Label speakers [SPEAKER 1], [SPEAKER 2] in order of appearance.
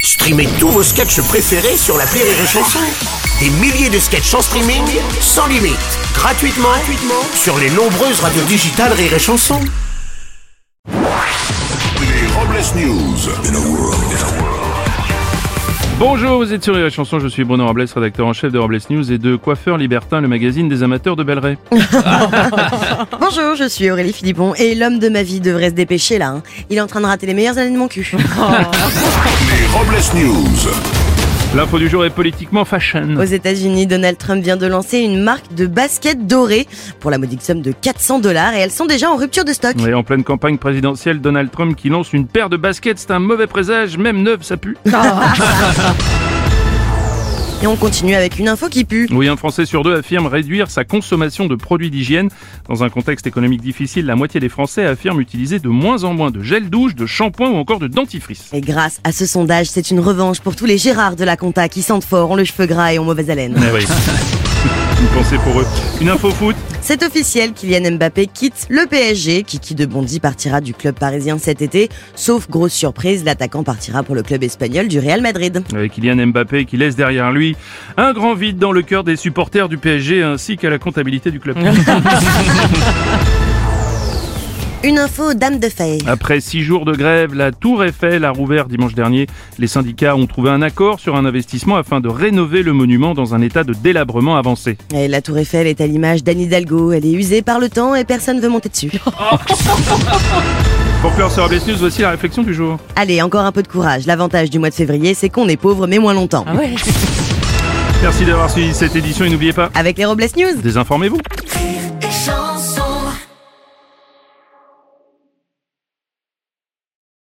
[SPEAKER 1] Streamez tous vos sketchs préférés sur la Rire et Chanson. Des milliers de sketchs en streaming, sans limite, gratuitement, gratuitement sur les nombreuses radios digitales Rire et Chanson.
[SPEAKER 2] Les Robles News in a world, in a world.
[SPEAKER 3] Bonjour, vous êtes sur la chanson, je suis Bruno Robles, rédacteur en chef de Robles News et de Coiffeur Libertin, le magazine des amateurs de Belleret.
[SPEAKER 4] Bonjour, je suis Aurélie Philippon et l'homme de ma vie devrait se dépêcher là. hein. Il est en train de rater les meilleures années de mon cul.
[SPEAKER 2] Les Robles News.
[SPEAKER 3] L'info du jour est politiquement fashion.
[SPEAKER 4] Aux États-Unis, Donald Trump vient de lancer une marque de baskets dorées pour la modique somme de 400 dollars et elles sont déjà en rupture de stock.
[SPEAKER 3] Et en pleine campagne présidentielle, Donald Trump qui lance une paire de baskets, c'est un mauvais présage, même neuve, ça pue.
[SPEAKER 4] Et on continue avec une info qui pue.
[SPEAKER 3] Oui, un Français sur deux affirme réduire sa consommation de produits d'hygiène. Dans un contexte économique difficile, la moitié des Français affirment utiliser de moins en moins de gel douche, de shampoing ou encore de dentifrice.
[SPEAKER 4] Et grâce à ce sondage, c'est une revanche pour tous les Gérards de la compta qui sentent fort, ont le cheveu gras et ont mauvaise haleine.
[SPEAKER 3] Eh oui. Une pensée pour eux. Une info foot
[SPEAKER 4] C'est officiel, Kylian Mbappé quitte le PSG. Kiki de Bondy partira du club parisien cet été. Sauf grosse surprise, l'attaquant partira pour le club espagnol du Real Madrid.
[SPEAKER 3] Avec Euh, Kylian Mbappé qui laisse derrière lui un grand vide dans le cœur des supporters du PSG ainsi qu'à la comptabilité du club.
[SPEAKER 4] Une info dame de fer.
[SPEAKER 3] Après six jours de grève, la Tour Eiffel a rouvert dimanche dernier. Les syndicats ont trouvé un accord sur un investissement afin de rénover le monument dans un état de délabrement avancé.
[SPEAKER 4] Et la tour Eiffel est à l'image d'Anne Hidalgo. Elle est usée par le temps et personne veut monter dessus.
[SPEAKER 3] Pour clore sur Robles News, voici la réflexion du jour.
[SPEAKER 4] Allez, encore un peu de courage. L'avantage du mois de février, c'est qu'on est pauvre mais moins longtemps.
[SPEAKER 3] Merci d'avoir suivi cette édition et n'oubliez pas,
[SPEAKER 4] Avec les Robles News.
[SPEAKER 3] désinformez-vous.